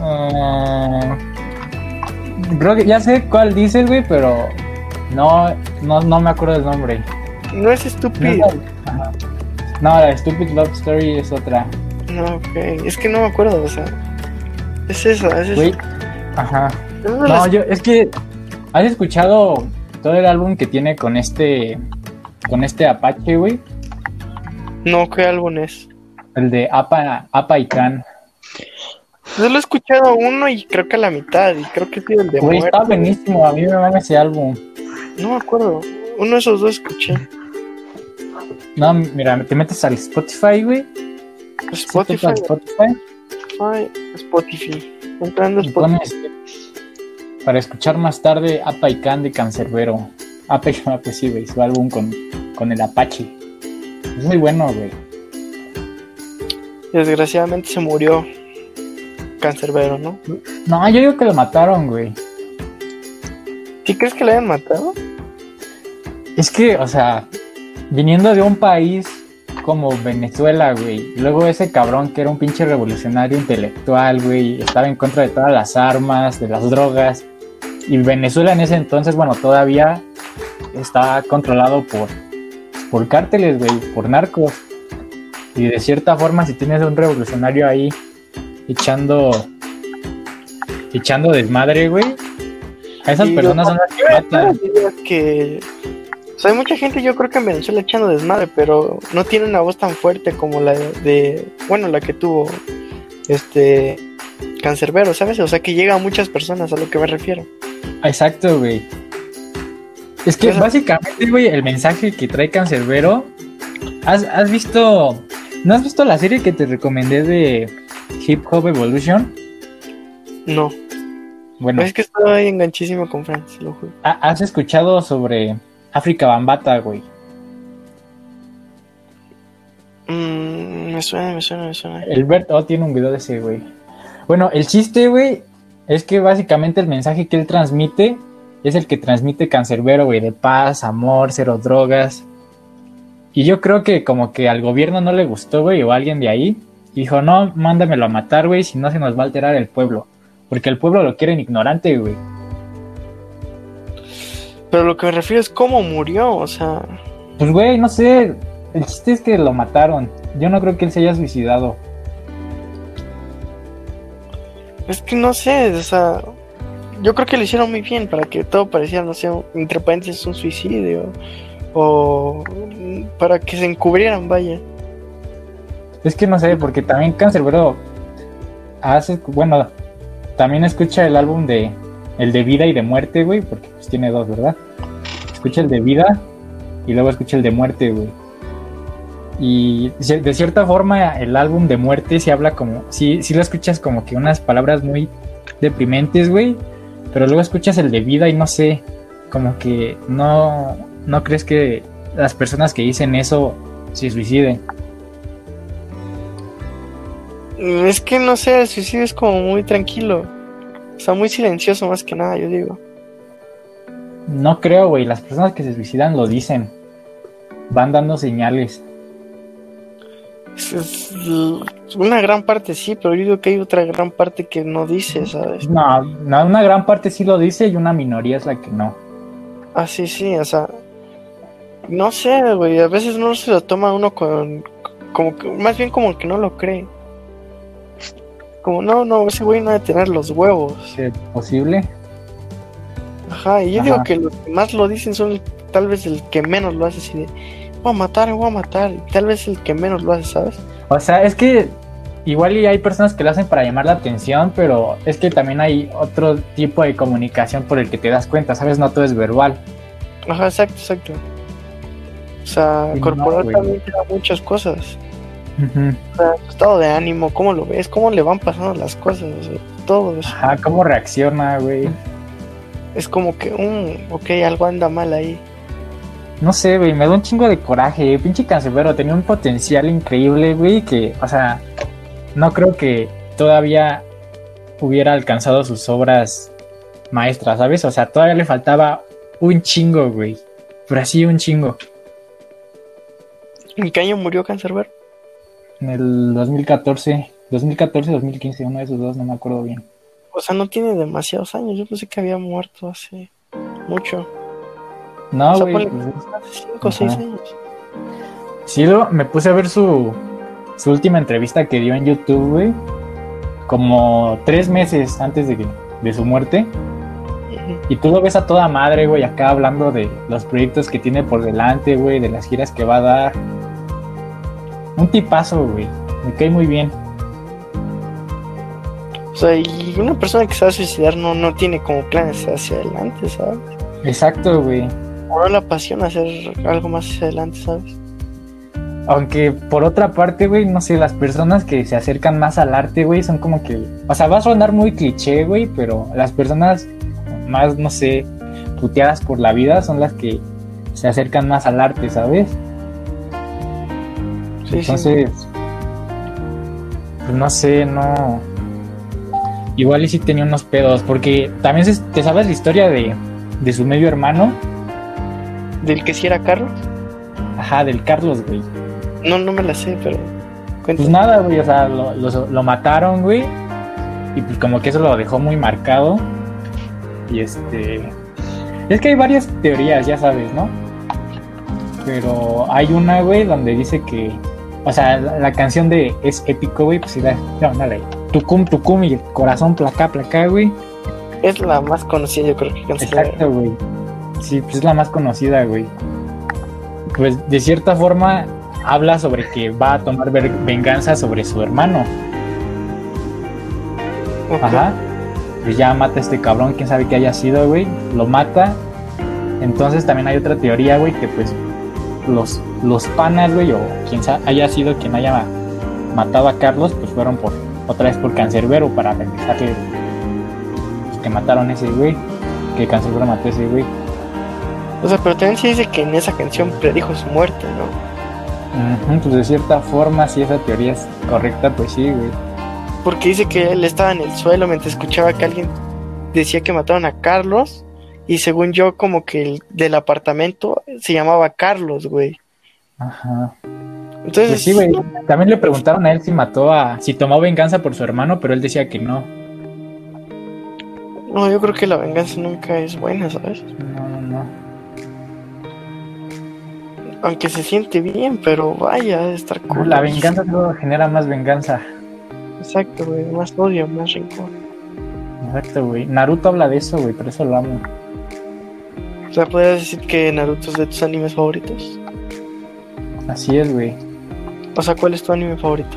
Ah, creo que ya sé cuál dices, güey, pero. No, no, no me acuerdo del nombre.
No es
No, es
estúpido.
la- Ajá. No, la de Stupid Love Story es otra.
No, ok. Es que no me acuerdo, o sea. Es esa, es esa.
Güey. Ajá.
Es una
No,
de las-
yo, es que. ¿Has escuchado todo el álbum que tiene con este. Con este Apache, güey?
no, ¿qué álbum es?
El de Apa, Apa y Can.
Solo Pues he escuchado uno y creo que a la mitad. Y creo que es el de
Güey,
muerte.
está buenísimo, a mí me mama ese álbum.
No me acuerdo. Uno de esos dos escuché.
No, mira, te metes al Spotify, güey.
Spotify.
Al Spotify
Ay, Spotify. Entrando a
y
Spotify.
pones para escuchar más tarde Apa y Can de Cancerbero. Apa y Can, pues sí, güey, su álbum con, con el Apache. Es muy bueno, güey.
Desgraciadamente se murió. Cancerbero, ¿no?
No, yo digo que lo mataron, güey.
¿Sí crees que le hayan matado?
Es que, o sea, viniendo de un país como Venezuela, güey. y Luego ese cabrón que era un pinche revolucionario intelectual, güey. Estaba en contra de todas las armas, de las drogas. Y Venezuela en ese entonces, bueno, todavía está controlado por, por cárteles, güey, por narcos. Y de cierta forma, si tienes un revolucionario ahí echando echando desmadre, güey, a esas
Y yo
personas son las que
Claro,
matan.
diría que o sea, hay mucha gente yo creo que en Venezuela echando desmadre, pero no tiene una voz tan fuerte como la de, de- bueno, la que tuvo este Cancerbero, ¿sabes? O sea, que llega a muchas personas a lo que me refiero.
Exacto, güey. Es que
Ajá.
básicamente, güey, el mensaje que trae Cancerbero. ¿has, has visto. ¿No has visto la serie que te recomendé de Hip Hop Evolution?
No,
Bueno,
es que estoy enganchísimo con Francia, lo juro.
ha- ¿has escuchado sobre África Bambata, güey?
Mm, me suena, me suena, me suena.
El Bert O tiene un video de ese, güey. Bueno, el chiste, güey, es que básicamente el mensaje que él transmite es el que transmite Cancerbero, güey, de paz, amor, cero drogas. Y yo creo que como que al gobierno no le gustó, güey, o alguien de ahí. y Dijo, no, mándamelo a matar, güey, si no se nos va a alterar el pueblo. Porque el pueblo lo quieren ignorante, güey.
Pero lo que me refiero es cómo murió, o sea,
Pues, güey, no sé. El chiste es que lo mataron. Yo no creo que él se haya suicidado.
es que no sé, o sea, yo creo que lo hicieron muy bien para que todo pareciera, no sé, un- entre paréntesis un suicidio o mm, para que se encubrieran, vaya.
Es que no sé, porque también Cancerbero hace, bueno, también escucha el álbum de el de vida y de muerte, güey, porque pues tiene dos, ¿verdad? Escucha el de vida y luego escucha el de muerte, güey. Y ci- de cierta forma el álbum de muerte se habla como, sí, sí lo escuchas como que unas palabras muy deprimentes, güey, pero luego escuchas el de vida y no sé, como que no, no crees que las personas que dicen eso se suiciden.
Mm, Es que no sé, el suicidio es como muy tranquilo, o sea, muy silencioso más que nada, yo digo.
No creo, güey. Las personas que se suicidan lo dicen. Van dando señales.
Es- es l- una gran parte sí, pero yo digo que hay otra gran parte que no dice, ¿sabes?
No, no, una gran parte sí lo dice y una minoría es la que no.
Ah, sí, sí, o sea, no sé, güey, a veces no se lo toma uno con, como que, más bien como que no lo cree. Como, no, no, ese güey no debe tener los huevos.
¿Es posible?
Ajá, y yo
Ajá.
digo que los que más lo dicen son tal vez el que menos lo hace, así de, voy a matar, voy a matar, y tal vez el que menos lo hace, ¿sabes?
O sea, es que igual y hay personas que lo hacen para llamar la atención, pero es que también hay otro tipo de comunicación por el que te das cuenta, ¿sabes? No todo es verbal.
Ajá, exacto, exacto. O sea,
Sí, no,
corporal
güey.
también te da muchas cosas. O sea, tu estado de ánimo, cómo lo ves, cómo le van pasando las cosas, o sea, todo eso.
Ajá, Ah, ¿cómo reacciona, güey?
Es como que, un ok, algo anda mal ahí.
No sé, güey, me da un chingo de coraje. Pinche Cancerbero tenía un potencial increíble, güey, que, o sea, no creo que todavía hubiera alcanzado sus obras maestras, ¿sabes? O sea, todavía le faltaba un chingo, güey. Pero así un chingo.
¿En qué año murió Cancerbero?
En el 2014, 2014, 2015, uno de esos dos, no me acuerdo bien.
O sea, no tiene demasiados años. Yo pensé que había muerto hace mucho.
No,
O sea,
güey.
ponle-
pues,
Hace 5 o 6
Ajá.
años.
Sí, lo- me puse a ver su, su última entrevista que dio en YouTube, güey. Como tres meses antes de, que- de su muerte.
Ujú.
Y tú lo ves a toda madre, güey, acá hablando de los proyectos que tiene por delante, güey, de las giras que va a dar. Un tipazo, güey. Me cae muy bien.
O sea, y una persona que se va a suicidar no, no tiene como planes hacia adelante, ¿sabes?
Exacto, güey.
O no le apasiona hacer algo más hacia adelante, ¿sabes?
Aunque por otra parte, güey, no sé, las personas que se acercan más al arte, güey, son como que... O sea, va a sonar muy cliché, güey, pero las personas más, no sé, puteadas por la vida son las que se acercan más al arte, ¿sabes?
Sí,
Entonces, pues no sé, no. Igual y sí tenía unos pedos, porque también se- te sabes la historia de, de su medio hermano,
sí. ¿Del que sí era Carlos?
ajá, del Carlos, güey.
No, no me la sé, pero.
Pues
Cuéntame.
nada, güey, o sea, lo, lo- lo mataron, güey. Y pues como que eso lo dejó muy marcado. Y este. Es que hay varias teorías, ya sabes, ¿no? Pero hay una, güey, donde dice que. O sea, la, la canción de Es épico, güey, pues sí da. No, dale. Tucum, tucum y corazón placa, placa, güey.
Es la más conocida, yo creo que canción.
Exacto, güey. Sí, pues es la más conocida, güey. Pues de cierta forma habla sobre que va a tomar ver- venganza sobre su hermano.
Ok.
Ajá. Pues ya mata a este cabrón, quién sabe qué haya sido, güey. Lo mata. Entonces también hay otra teoría, güey, que pues los, los panas, güey, o quien sa- haya sido quien haya ma- matado a Carlos, pues fueron por otra vez por Cancerbero para regresarle pues, que mataron a ese güey. Que Cancerbero mató a ese güey.
O sea, pero también se dice que en esa canción predijo su muerte, ¿no?
Ujú, pues de cierta forma, si esa teoría es correcta, pues sí, güey.
Porque dice que él estaba en el suelo mientras escuchaba que alguien decía que mataron a Carlos. Y según yo, como que el del apartamento se llamaba Carlos, güey.
Ajá.
Entonces,
Pues sí, güey. También le preguntaron a él si mató a. si tomó venganza por su hermano, pero él decía que no.
no, yo creo que la venganza nunca es buena, ¿sabes?
No, no, no.
Aunque se siente bien, pero vaya, ha de estar cool.
La venganza solo genera más venganza.
Exacto, güey. Más odio, más rencor.
Exacto, güey. Naruto habla de eso, güey, por eso lo amo.
O sea, podrías decir que Naruto es de tus animes favoritos.
Así es, güey.
O sea, ¿cuál es tu anime favorito?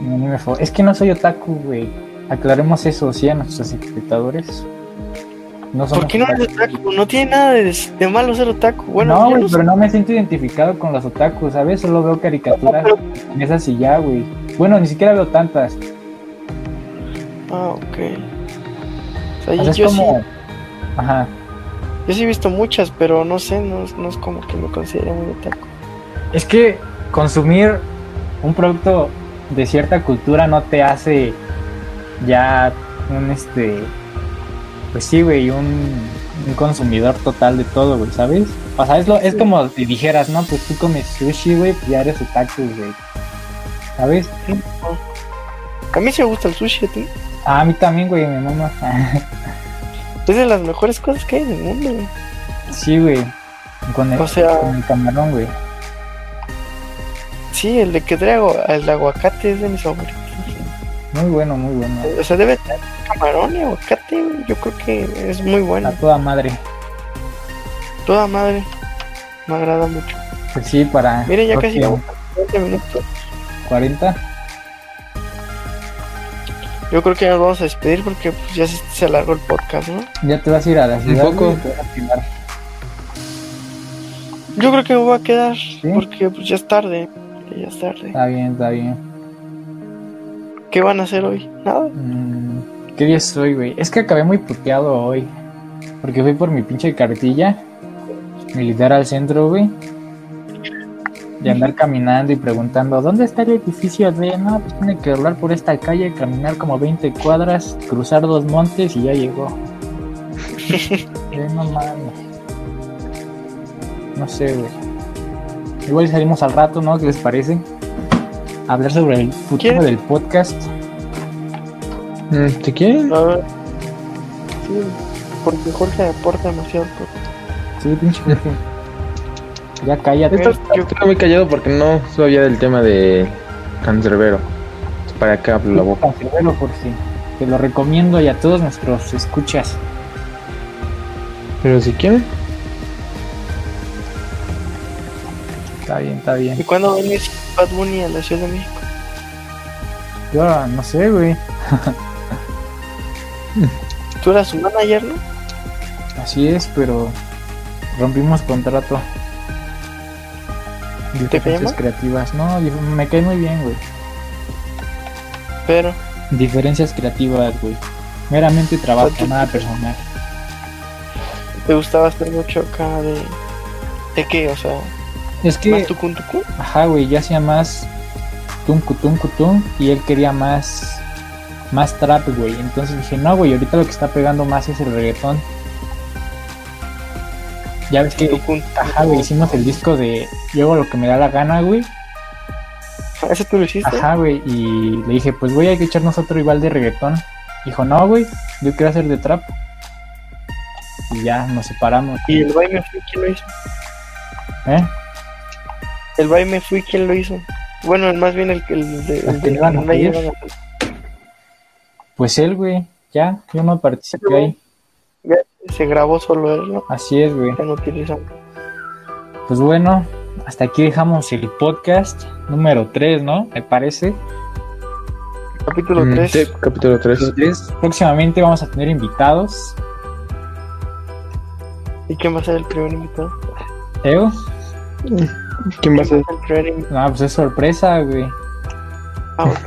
Mi anime fa- Es que no soy otaku, güey. Aclaremos eso, sí, a nuestros espectadores. No somos
¿Por qué no
otaku.
eres otaku? No tiene nada de, de malo ser otaku. Bueno,
no,
yo
güey,
no
pero no me siento identificado con los otakus, ¿sabes? Solo veo caricaturas
No,
en esas y ya, güey. Bueno, ni siquiera veo tantas.
Ah, ok. O sea,
O sea, es
yo,
como... Ajá.
sí, yo sí he visto muchas, pero no sé, no, es- no es como que me considere muy otaku.
Es que consumir un producto de cierta cultura no te hace ya un este. Pues sí, güey, un, un consumidor total de todo, güey, ¿sabes? O sea, es, lo, es como si dijeras, no, pues tú comes sushi, güey, pues ya eres otaku, güey. ¿Sabes?
A mí sí me gusta el sushi, a ti.
Ah, a mí también, güey, mi mamá.
Es de las mejores cosas que hay en el mundo. güey.
sí, güey. Con el,
O sea-
con el camarón, güey.
Sí, el de que trae agua- el aguacate es de mis favoritos.
Muy bueno, muy bueno.
O sea, debe tener camarón y aguacate, güey. yo creo que es muy
A
bueno.
toda madre.
Toda madre. Me agrada mucho.
Pues sí, para.
Miren, ya
creo
casi
que
llevamos 20 minutos.
40.
Yo creo que ya nos vamos a despedir porque pues, ya se, se alargó el podcast, ¿no?
Ya te vas a ir a la ciudad.
poco.
güey, te vas a quemar.
Yo creo que me voy a quedar porque pues, ya es tarde. Ya es tarde.
Está bien, está bien.
¿Qué van a hacer hoy? Nada.
Mm, ¿Qué día soy, güey? Es que acabé muy puteado hoy. Porque fui por mi pinche cartilla militar al centro, güey. De andar caminando y preguntando, ¿dónde está el edificio de? No, pues tiene que doblar por esta calle, caminar como 20 cuadras, cruzar dos montes y ya llegó. Eh, no mames. No sé, güey. Igual salimos al rato, ¿no? ¿Qué les parece? Hablar sobre el futuro
¿Quieres?
del podcast.
Mm, ¿Te quieren?
A ver. Sí, porque Jorge aporta demasiado. pues.
Sí, pinche Jorge. Ya cállate.
Esto- yo-
Estoy muy callado porque no sabía del tema de Cancerbero. Para acá hablo la boca.
Cancerbero, Jorge. Te lo recomiendo y a todos nuestros escuchas.
Pero si quieren,
Está bien, está
¿Y
bien.
cuándo va a venir Bad Bunny a la Ciudad de México?
Yo no sé, güey.
Tú eras su manager, ¿no?
Así es, pero rompimos contrato.
¿Te cae
Diferencias
mal?
creativas. No, dif- me cae muy bien, güey.
Pero,
Diferencias creativas, güey. Meramente trabajo, nada personal.
¿te gustaba hacer mucho acá de. ¿De qué? O sea,
Es
más
que,
tucun tucun.
ajá, güey, ya hacía más tum cutum cutum y él quería más más trap, güey. Entonces dije, no, güey, ahorita lo que está pegando más es el reggaetón. Ya ves que,
tucun.
ajá, güey, hicimos el disco de Yo hago lo que me da la gana, güey.
¿Ese tú lo hiciste?
Ajá, güey, y le dije, pues, güey, hay que echarnos otro igual de reggaetón. Dijo, no, güey, Yo quiero hacer de trap. Y ya nos separamos.
Y el baile fui quien lo hizo.
¿Eh?
El baile fui quien lo hizo. Bueno, más bien el que el de. El de
Le iban a
Naya
pedir.
iban a-
Pues él, güey. Ya, yo no participé ahí.
Ya, se grabó solo él, ¿no?
Así es, güey.
Ya no utilizan.
Pues bueno, hasta aquí dejamos el podcast número 3, ¿no? Me parece.
Capítulo
Mm,
3.
sí, capítulo 3.
Entonces,
Próximamente vamos a tener invitados.
¿Y quién va a ser el primer invitado?
Eo.
¿Quién va a ser?
El primer invitado.
No, pues es sorpresa, güey.
Ah, ok.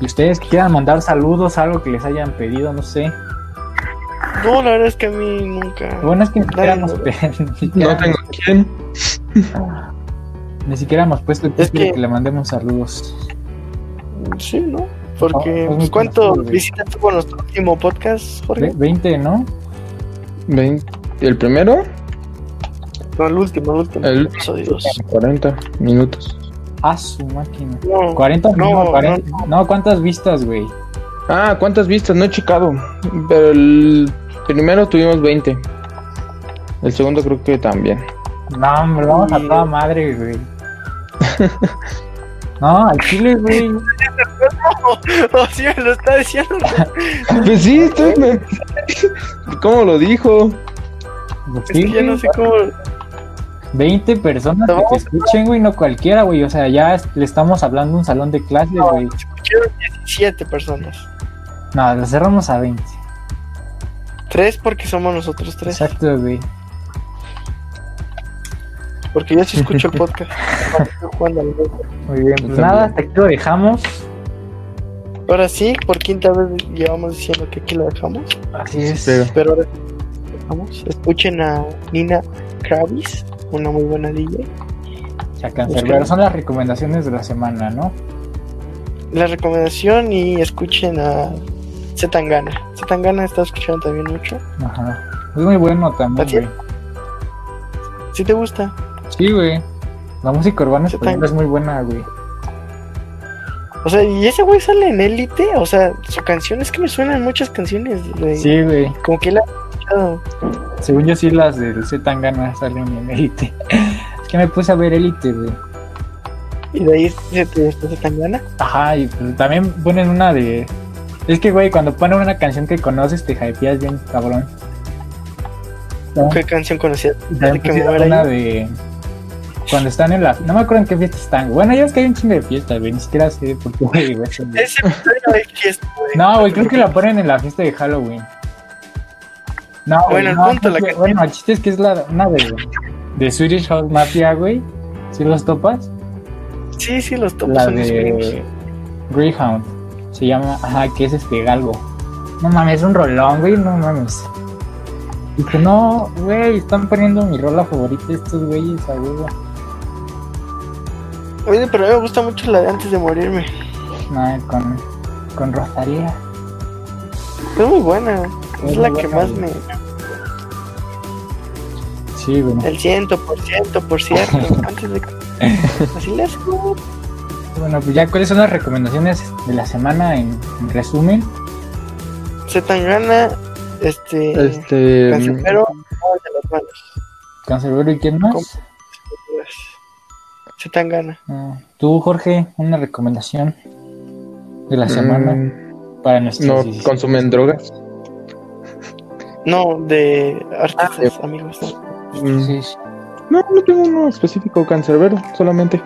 Y ustedes que quieran mandar saludos, algo que les hayan pedido, no sé.
No, la verdad es que a mí nunca.
Lo bueno es que ni
Nadie
siquiera nos,
lo-
ni siquiera-
No tengo quién.
ni siquiera hemos puesto el
Es
título
que-
que le mandemos saludos.
Sí, ¿no? Porque,
No, es muy
pues, ¿cuánto
conocido, güey.
visitas tuvo nuestro último podcast,
Ve-
Jorge?
20, ¿no?
Vein- ¿El primero?
No, el último, el último.
El
Episodio dos.
40 minutos.
A su máquina.
No,
40
No,
no, 40. No, ¿cuántas vistas, güey?
Ah, ¿cuántas vistas? No he checado. Pero el primero tuvimos 20. El segundo creo que también.
No, hombre, vamos a
Sí.
toda madre, güey. No, al chile, güey.
no, sí me lo está diciendo.
Pues sí, estoy- me- ¿Cómo lo dijo?
Pues
Es
sí,
que ya no
güey.
sé cómo.
20 personas
Te
que te
vamos
escuchen, güey, no cualquiera, güey. O sea, ya es- le estamos hablando a un salón de clases, güey.
Quiero 17 personas.
No, le cerramos a 20.
Tres porque somos nosotros tres.
Exacto, güey.
Porque yo sí escucho el podcast. Estoy jugando al juego.
Muy bien,
Yo
pues nada,
también.
hasta aquí lo dejamos.
Ahora sí, por quinta vez llevamos diciendo que aquí lo dejamos.
Así es.
Pero-
Pero ahora sí lo dejamos. Escuchen a Nina Kravis, una muy buena DJ.
Chacan
Busquen.
Cerbero. Son las recomendaciones de la semana, ¿no?
La recomendación y escuchen a Zetangana. Zetangana está escuchando también mucho.
Ajá. Es muy bueno también,
Así es.
güey.
Si te gusta,
Sí, güey. La música urbana
Yo
española
tengo-
es muy buena, güey.
O sea, y ese güey sale en élite, o sea, su canción es que me suenan muchas canciones, güey.
Sí, güey.
Como que la he escuchado.
Según yo sí las del Z Tangana salen en Elite. es que me puse a ver Elite, güey.
Y de ahí se te se te tan gana.
Ajá, y pues también ponen una de... Es que, güey, cuando ponen una canción que conoces te hypeas bien, cabrón. ¿No?
¿Qué canción conocía?
Y también
que me
pusieron
muera
una
ahí.
de... Cuando están en la... No me acuerdo en qué fiesta están. Bueno, ya es que hay un chingo de fiestas, güey. Ni siquiera sé por qué, güey, güey.
Ese episodio de fiesta, güey.
No, güey, creo que la ponen en la fiesta de Halloween. No, güey,
Bueno, el
no,
punto, la
creo que-
que-
bueno, el chiste es que es la una de, de Swedish House Mafia, güey. Si los topas,
Sí, sí, los topas
la
son mis primos.
de Greyhound. Se llama, ajá, que es este galgo. No mames, es un rolón, güey, no mames. Y que no, güey, están poniendo mi rola favorita estos güeyes, a huevo.
Oye, pero a mí me gusta mucho la de antes de morirme.
Nah, con, con Rosalía.
Es muy buena. Es,
Es
la
muy
que
buena,
más me.
güey. Sí, güey.
El ciento por ciento, por cierto. antes de. Así le hace. güey.
Bueno, pues ya, ¿cuáles son las recomendaciones de la semana en- en resumen?
Se tan gana. Este.
Este.
mm.
Cancerbero, no, de las manos.
Cancerbero y quién más?
¿Cómo? Se tan gana.
Ah, Tú, Jorge, una recomendación de la
mm,
semana para nuestros
no
16.
consumen drogas.
No, de
Ah,
artistas, amigos.
Mm,
Sí, sí.
No, no tengo uno específico cancerbero, solamente.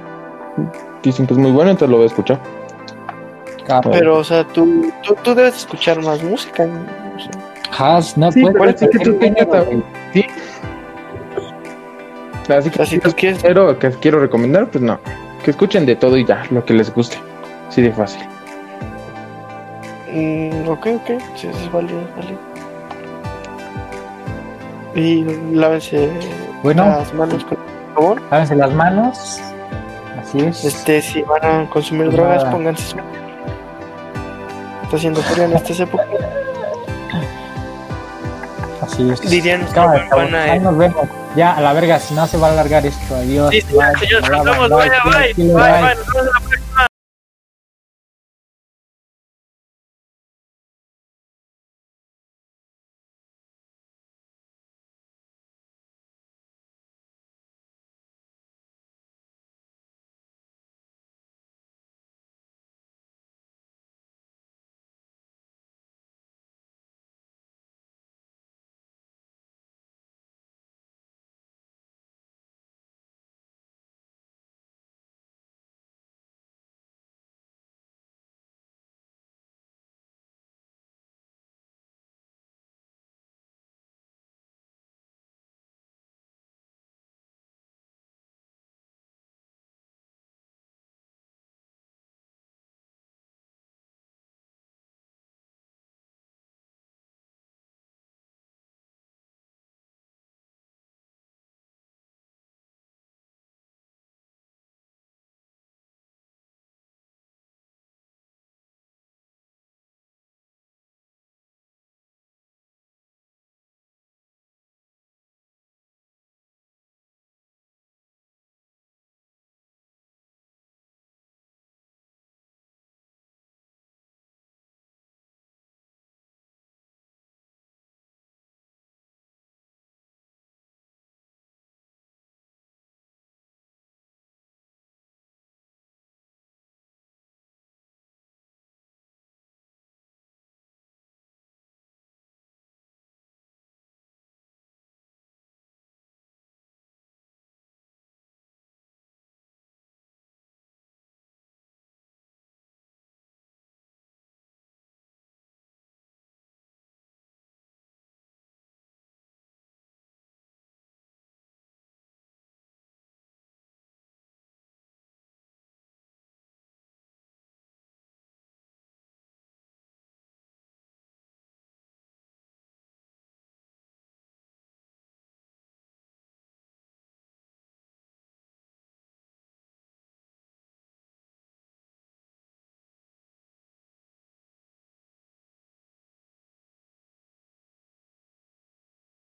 Dicen que es muy bueno, entonces lo voy a escuchar.
Capo.
Eh,
Pero, o sea, tú, tú, tú debes escuchar más música. ¿no? O sea,
Has, no
Sí,
puedes
pero es que
perder
tú
el
tengas
género,
a-
güey.
Así
o
que
sea, si tú quieres,
pero que quiero recomendar, pues no. Que escuchen de todo y ya, lo que les guste. Sí, de fácil.
mm, ok, ok, sí, sí, es válido, es válido. Y lávense
Bueno.
las manos con por favor.
Lávense las manos. Así es.
Este, si van a consumir
Pues
drogas,
nada.
pónganse su- Está haciendo frío en estas épocas.
Así es.
Dirían,
Cámara, cabrón.
van a-
Ahí nos vemos. Ya, a la verga, si no se va a alargar esto. Adiós.
Sí, sí,
Bye,
señores,
bye,
nos vemos,
bye,
vaya,
bye,
bye,
bye,
bye,
bye.
bye, nos vemos la próxima.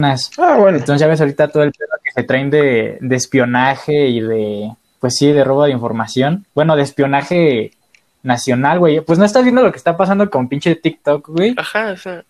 Nas.
Ah, bueno.
Entonces ya ves ahorita todo el pedo que se traen de, de espionaje y de, pues sí, de robo de información. Bueno, de espionaje nacional, güey. Pues no estás viendo lo que está pasando con pinche TikTok, güey.
Ajá, o sea,